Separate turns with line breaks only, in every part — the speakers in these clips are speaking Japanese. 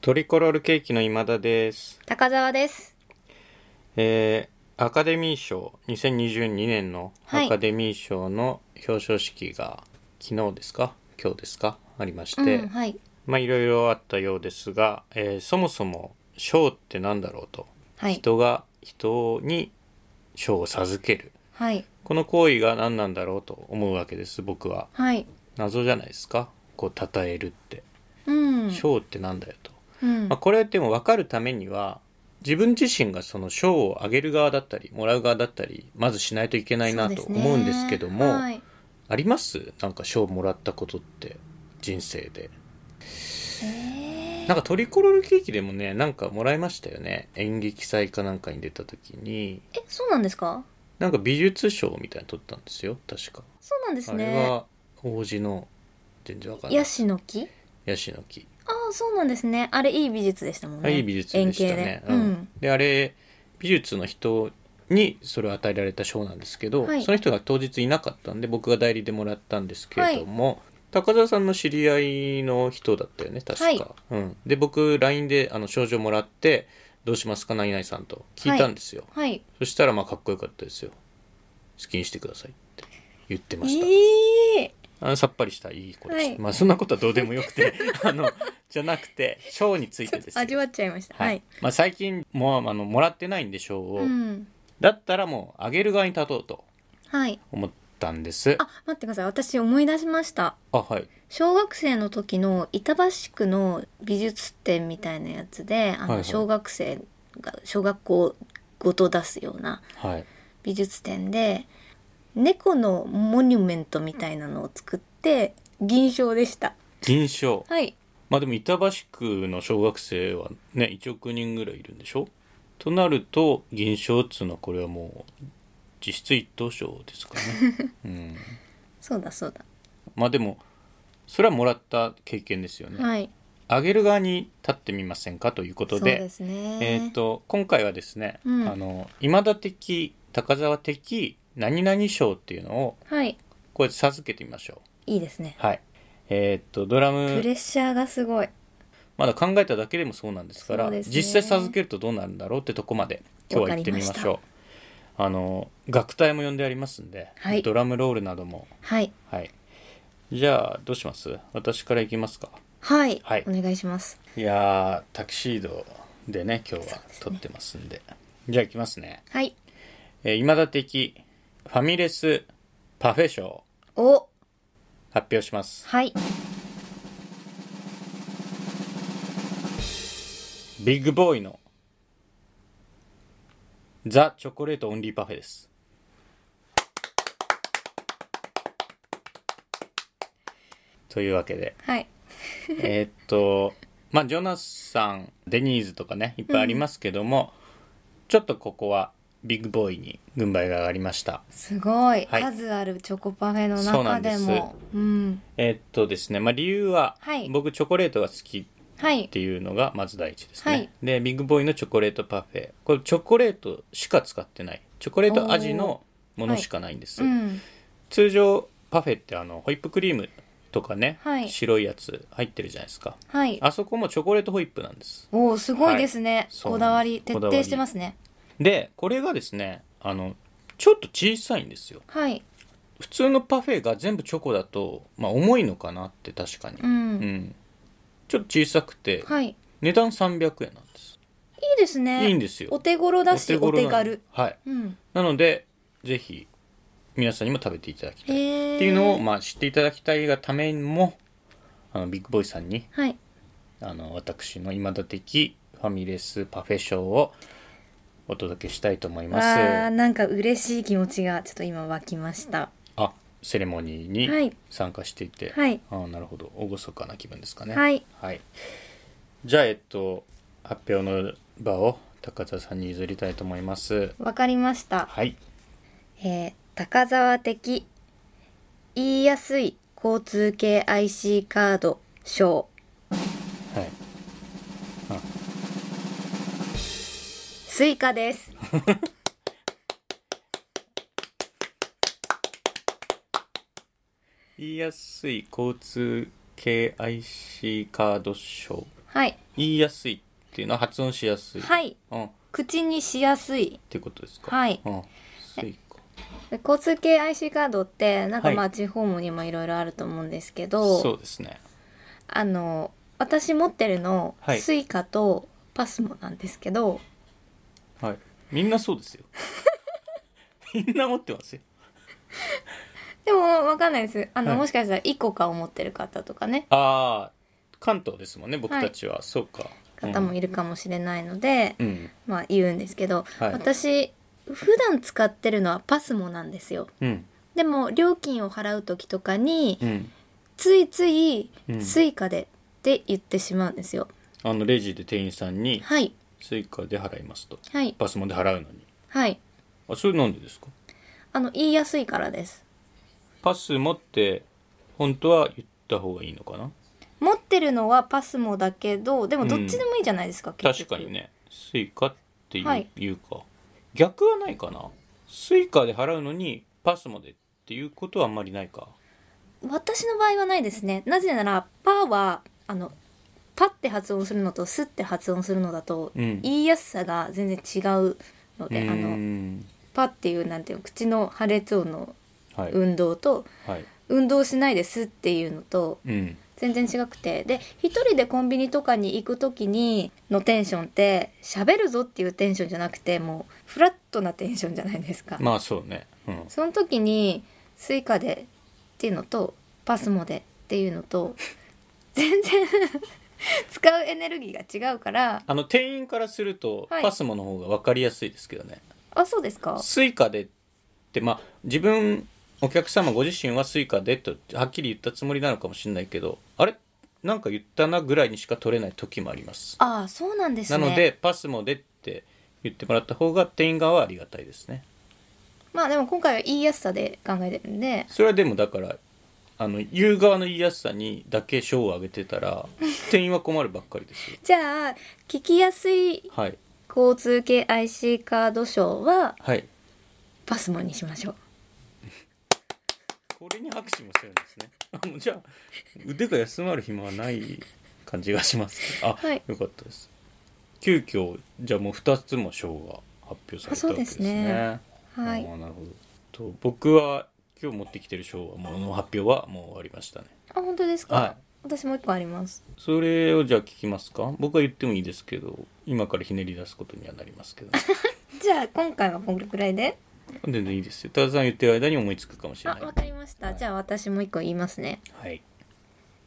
トリコロールケーキの今田です、
高澤です。
えーアカデミー賞2022年の
はい
アカデミー賞の表彰式が昨日ですか今日ですかありまし
う
て、
ん、はい。
まあいろいろあったようですが、えーそもそも賞ってなんだろうと、
はい。
人が人に賞を授ける
はい。
この行為が何なんだろうと思うわけです僕は
はい。
謎じゃないですかこう称えるって
うん。
賞ってなんだよと、
うん
まあ、。これでも分かるためには自分自身がその賞をあげる側だったりもらう側だったりまずしないといけないなと
そうね
思うんですけども、
はい
ありますなんか賞もらったことって人生で
え
なんかトリコロールケーキでもねなんかもらいましたよね演劇祭かなんかに出た時に
ーえ、そうなんですか
なんか美術賞みたいなの取ったんですよ確か、
そうなんです
あれ
ね。
は王子の全然わかんな
ヤ
い
シの木
ヤシの木
ああ、そうなんですね。あれ、いい美術でしたもんね。
いい美術でしたね
円。形で。
う
うんん。
であれ美術の人にそれを与えられた賞なんですけど、
はい
その人が当日いなかったんで僕が代理でもらったんですけれども、高澤さんの知り合いの人だったよね確か、
はい
うん、で僕 LINE であの賞状もらって「どうしますか何々さん」と聞いたんですよ、
はい。
そしたらまあかっこよかったですよ好きにしてくださいって言ってました、
ええ
あのさっぱりしたいい子でした、
はい
まあそんなことはどうでもよくて あのじゃなくて賞についてですよ
味わっちゃいました。
は
はいい。
まあ、最近もうあのもらってないんでしょうを、
うん。
だったらもうあげる側に立とうと
はい。
思ったんです
あ、待ってください。私思い出しました。
あはい
小学生の時の板橋区の美術展みたいなやつで、あ
はいは
の
い
小学生が小学校ごと出すような
はい
美術展で猫のモニュメントみたいなのを作って銀賞でした。
銀賞
はい。
まあでも板橋区の小学生はね1億人ぐらいいるんでしょとなると銀賞っつうのはこれはもう実質一等賞ですか ねうん
そうだそうだ。
まあでもそれはもらった経験ですよね、
はい。
あげる側に立ってみませんかというこ
そ
と
う
で
ですね。
えーっと今回はですね、
うん
あの今田的高沢的何々賞っていうのを
はい。
こうやって授けてみましょ
いいですね。
うはいえーっとドラ
プレ
ム
ッシャーがすごい。
まだ考えただけでもそうなんですから
そうですね
実際授けるとどうなるんだろうってとこまで今日は行ってみましょう
わ
あの楽隊も呼んでありますんで、
はい
ドラムロールなども
はい。
はいじゃあどうします私から行きますか
はい。
はい
お願いします。
いやータキシードでね今日は撮ってますんでじゃあ行きますね
はい。
えー、今田的ファミレスパフェ賞
お、
発表します
はい。
ビッグボーイのザ・チョコレートオンリーパフェですというわけ で
はい。
えーっとまあジョナスさんデニーズとかねいっぱいありますけども、ちょっとここはビッグボーイに軍配が上がりました
すごい。
はい
数あるチョコパフェの
そうな
中
んで
ですも。うん。
えーっとですねまあ理由は、
はい
僕チョコレートが好き
はい
っ。ていうのがまず第一ですね、
はい
でビッグボーイのチョコレートパフェこれチョコレートしか使ってないチョコレート味のものしかないんです、
うん。
通常パフェってあのホイップクリームとかね、
はい
白いやつ入ってるじゃないですか
はい。
あそこもチョコレートホイップなんです
おー、すごいですね。
そう
こ
な
だわ
んで
り、
す
徹
こだわ
底
り
してますね。
でこれがですねあのちょっと小さいんですよ
はい。
普通のパフェが全部チョコだと、まあ、重いのかなって確かに、
う。
うんんちょっと小さくて
はい。いい
値段300円なんです
ですね。
いいんですよ
お手頃だし、お
頃な
手
の
軽。
はい
うん。
なので、ぜひ、皆さんにも食べていただきたい。っ
へえ。
ていうのを、まあ、知っていただきたいがためにも、あの、ビッグボーイさんに、
はい。
あの、私の今田的ファミレスパフェ賞をお届けしたいと思いま
わあ、
す。
なんか嬉しい気持ちがちょっと今湧きました。
あ、セレモニ
は
ーに
い
参加していて、
はい
あなるほど、厳かな気分ですかね。
はい。
はい。じゃあ、えっと、発表の場を高田さんに譲りたいと思います。
わかりました。
はい。
えー、高沢的言いやすい交通系 IC カード賞
はい。
スイカです。
言いやすい交通系 IC カード賞
はい。
言いやすいっていうのは発音しやすい、
はい。
うん、っ
口にしやすい。
てことですか
はい
うん、すいか
で交通系 IC カードって、なんか
はい
まあ地方もにもいろいろあると思うんですけど、
そうですね
あの、私持ってるの、
はい
スイカとパスモなんですけど、
はいみんなそうですよ みんな持ってますよ
でもわかんないです。あの、
はい
もしかしたらイコカを持ってる方とかね、
ああ関東ですもんね僕たちは、そうか
方もいるかもしれないので、
うん、うん
まあ言うんですけど、
はい
私、普段使ってるのはパスモなんですよ。
うん
でも料金を払う時とかに、
うん
ついつい
うん
スイカでって言ってしまうんですよ。
あのレジで店員さんに
はい
スイカで払いますと
はい
パスモで払うのに
はい。
あそれなんでですか
あの言いやすいからです。
パスモって本当は言った方がいいのかな
持ってるのはパスモだけど、でもどっちでもいいじゃないですか。結
確か
局
に。ねスイカっていう,、
はい
いうか逆はないかなスイカで払うのにパスモでっていうことはあんまりないか
私の場合はないですね。なぜならパーはあのパって発音するのとスって発音するのだと、
うん
言いやすさが全然違うの
う
で、あの
ん
パっていうなんていうの口の破裂音の
はい、
運動と、
はい
運動しないですっていうのと。
うん
全然違くてで一人でコンビニとかに行く時にのテンションって喋るぞっていうテンションじゃなくてもうフラットなテンションじゃないですか、
まあそうねうん
その時にスイカでっていうのとパスモでっていうのと全然 使うエネルギーが違うから
あの店員からすると、
はい
パスモの方が分かりやすいですけどね
あそうですか
スイカでってまあ自分お客様ご自身はスイカでとはっきり言ったつもりなのかもしれないけどあれなんか言ったなぐらいにしか取れない時もあります
ああそうなんです
な
ね
のでパスもでって言ってもらった方が店員側はありがたいですね
まあでも今回は言いやすさで考えてるんで
それはでもだからあの言う側の言いやすさにだけ賞をあげてた ら店員は困るばっかりですよ
じゃあ聞きやすい
はい
交通系 IC カード賞は
はい
パスモにしましょう
これに拍手もするんですねあもうじゃあ腕が休まる暇はない感じがしますあ、
はい
よかったです急遽じゃあもう2つも賞が発表されたわけです
あ
ね
はい
あーなるほどと僕は今日持ってきてる賞はもうの発表はもう終わりましたね
あ本当ですか、
はい
私もう一個あります
それをじゃあ聞きますか僕は言ってもいいですけど今からひねり出すことにはなりますけ ど、ね、
じゃあ今回はこれくらいで
全然いいですよ多田さん言ってる間に思いつくかもしれ
あ
ない
わかりました、
はい
じゃあ私もう一個言いますね
はい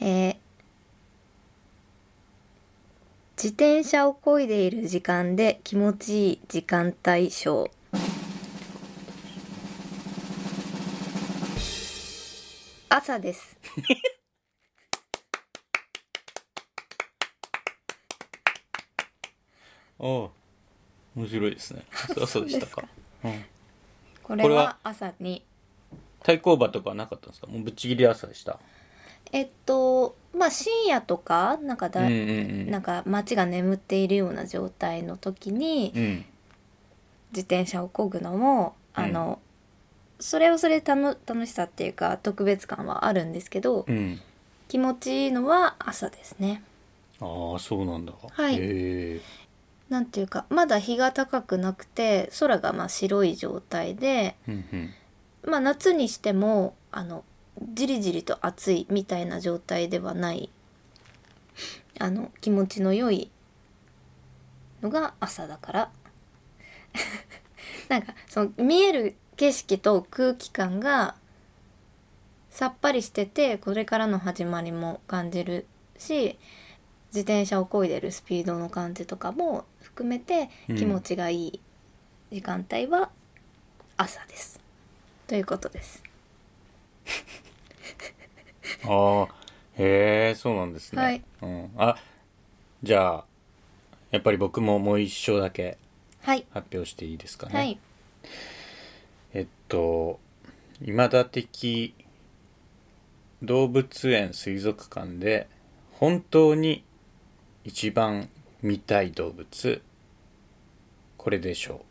えー自転車を漕いでいる時間で気持ちいい時間帯賞朝です
ああ面白いですねそうそうでしたかうん、
これ
これ
は
は
朝に
対抗馬とかはなかったんですかもうぶっちぎり朝でした
えっとまあ深夜とかなんか
うん
だ、
うんうん
なんか街が眠っているような状態の時に、
うん
自転車を漕ぐのもあの、それはそれで楽楽しさっていうか特別感はあるんですけど、
うん
気持ちいいのは朝ですね。
ああそうなんだ
はい
へえ
なんていうかまだ日が高くなくて空がまあ白い状態で、
うんうん
まあ、夏にしてもあのじりじりと暑いみたいな状態ではないあの気持ちの良いのが朝だから なんかその見える景色と空気感がさっぱりしててこれからの始まりも感じるし自転車を漕いでるスピードの感じとかも含めて
うん
気持ちがいい時間帯は朝です。ということです。
ああへえそうなんですね、
はい
うん、あじゃあやっぱり僕ももう一章だけ
はい。
発表していいですかね
はい。
えっと今田的動物園水族館で本当に一番見たい動物これでしょ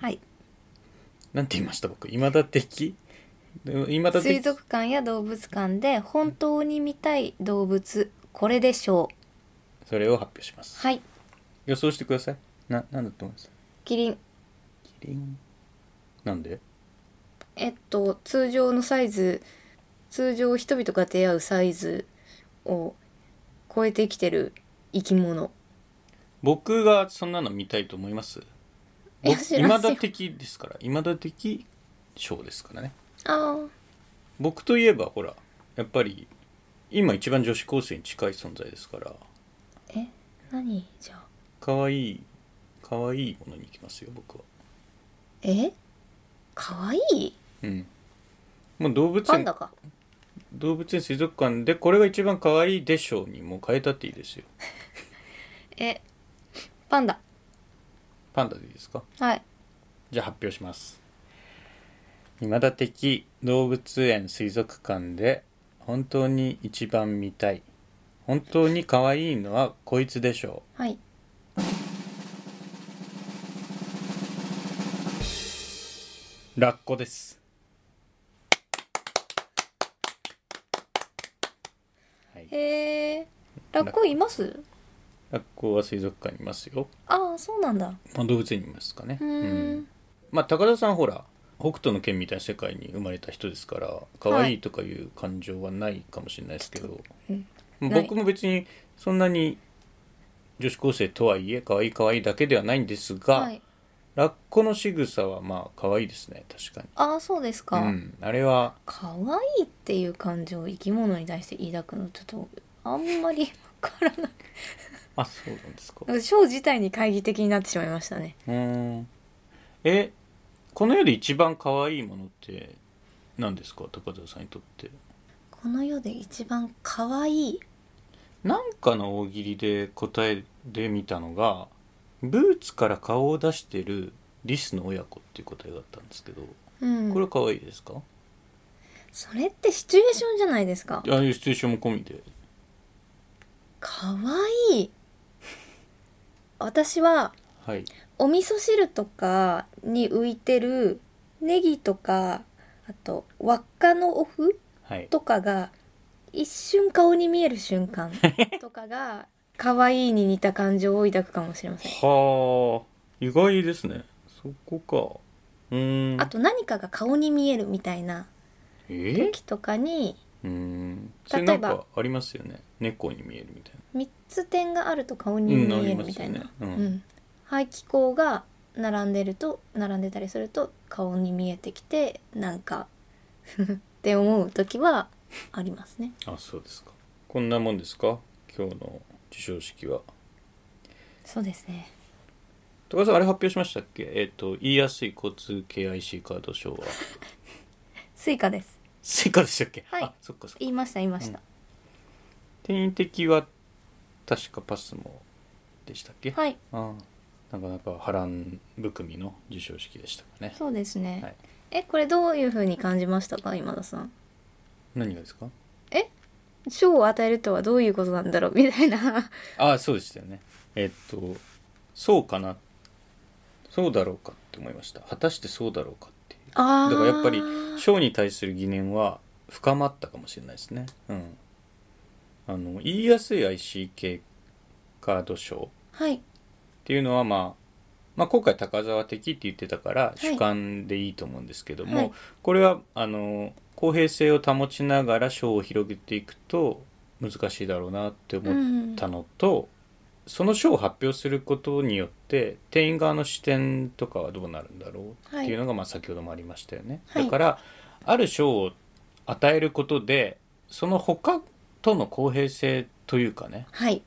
はい。
うなんて言いました僕今田的で今田的
水族館や動物館で本当に見たい動物、これでしょう。
それを発表します
はい
予想してくださいななんだと思います
キリン
キリンなんで
えっと通常のサイズ通常人々が出会うサイズを超えてきてる生き物
僕がそんなの見たいと思います
いや
僕
知らん
今
すよ
田的ですから今田的賞ですからね
ああ
僕といえばほらやっぱり今一番女子高生に近い存在ですから
え何じゃあ
可愛い可愛いものに行きますよ僕は
え可愛い
うんもう動物
パン
園
ダか
動物園水族館でこれが一番可愛いでしょうにもう変えたっていいですよ
えパンダ
パンダでいいですか
はい
じゃあ発表します今田的動物園水族館で本当に一番見たい本当に可愛いのはこいつでしょ
はい
うラッコですはい
へえラッコいます
ラッコは水族館にいますよ、
ああそうなんだ
まあ、動物園にいますかね
うーん
まあ高田さんほら北斗の拳みたいな世界に生まれた人ですから可愛いとかいう感情はないかもしれないですけど、
うん
まあ
ない
僕も別にそんなに女子高生とはいえ可愛い可愛いだけではないんですが、
はい
ラッコの仕草はまあ可愛いですね確かに
ああそうですか、
うん、あれは
可愛いっていう感情を生き物に対して抱くのちょっとあんまりわからない
あそうなんですか
ショー自体に懐疑的になってしまいましたね
うーんえこの世で一番可愛いものって何ですか高田さんにとって
この世で一番可愛い
なんかの大喜利で答えで見たのがブーツから顔を出してるリスの親子っていう答えだったんですけど
うん
これは可愛いですか、
それってシチュエーションじゃないですか
ああいうシチュエーションも込みで
可愛い私は
はい
お味噌汁とかに浮いてるネギとかあと輪っかのお麩
はい
とかが一瞬顔に見える瞬 間とかが可愛いに似た感情を抱くかもしれません
はあ意外ですねそこかうーん
あと何かが顔に見えるみたいな
え
時とかに
うーんそ
例
れ
えば
なんかありますよね猫に見えるみたいな
3つ点があると顔に見えるみたい
うんあり
な
ます
う
よね
ん
うん
排気口が並んでると並んでたりすると顔に見えてきてなんかって思う時はありますね
あそうですかこんなもんですか今日の授賞式は
そうですね
高田さんあれ発表しましたっけえっ、と言いやすい交通系 IC カード賞は
スイカです
スイカでしたっけ、
はい
あそっかそっか
言いました言いました、
定員的は確かパスもでしたっけ、
はい
ああなかなか波乱含みの授賞式でしたかね
そうですね、
はい
えこれどういう風に感じましたか今田さん
何がですか
賞を与えるとはどういうことなんだろうみたいな
ああそうでしたよねえっとそうかなそうだろうかって思いました果たしてそうだろうかっていう
あ
だ
ー
からやっぱり賞に対する疑念は深まったかもしれないですねうんあの言いやすい IC 系カード賞
はい
っていうのは、まあ、まあ今回高沢的って言ってたから
い
主観でいいと思うんですけども、
はい
これはあの公平性を保ちながら賞を広げていくと難しいだろうなって思ったのと、その賞を発表することによって店員側の視点とかはどうなるんだろうっていうのが、まあ先ほどもありましたよね。
はい
だからある賞を与えることでその他との公平性というかね、
はい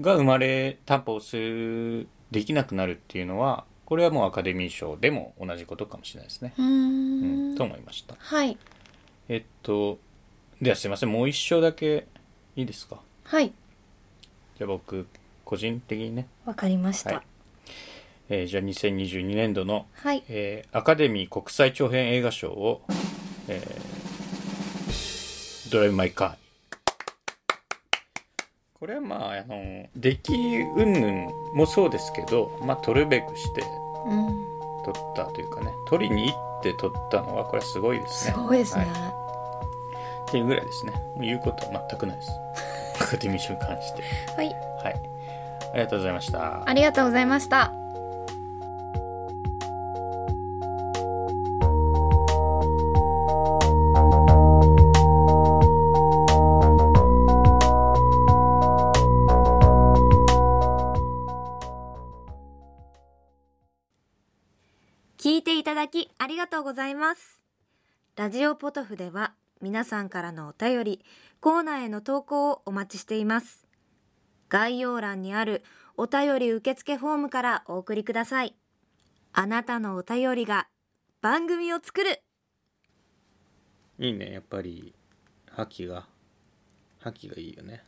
が生まれ担保するできなくなるっていうのはこれはもうアカデミー賞でも同じことかもしれないですね。
うー
うんん、と思いました。
はい
えっとではすいませんもう一章だけいいですか
は
じ
い
ゃあ僕個人的にね、
わかりました
はいえーじゃあ2022年度の、
はい、
えーアカデミー国際長編映画賞を、えードライブ・マイ・カーに。これはまああの出来云々もそうですけど、まあ、取るべくして
うん
取ったというかね取りに行って取ったのはこれはすごいですね
すごいですね。
は っていうぐらいですねもう言うことは全くないですアカデミー賞に関して
はい。
はいありがとうございました
ありがとうございました。聞いていただきありがとうございます。ラジオポトフでは皆さんからのお便り、コーナーへの投稿をお待ちしています。概要欄にあるお便り受付フォームからお送りください。あなたのお便りが番組を作る
いいねやっぱり覇気が覇気がいいよね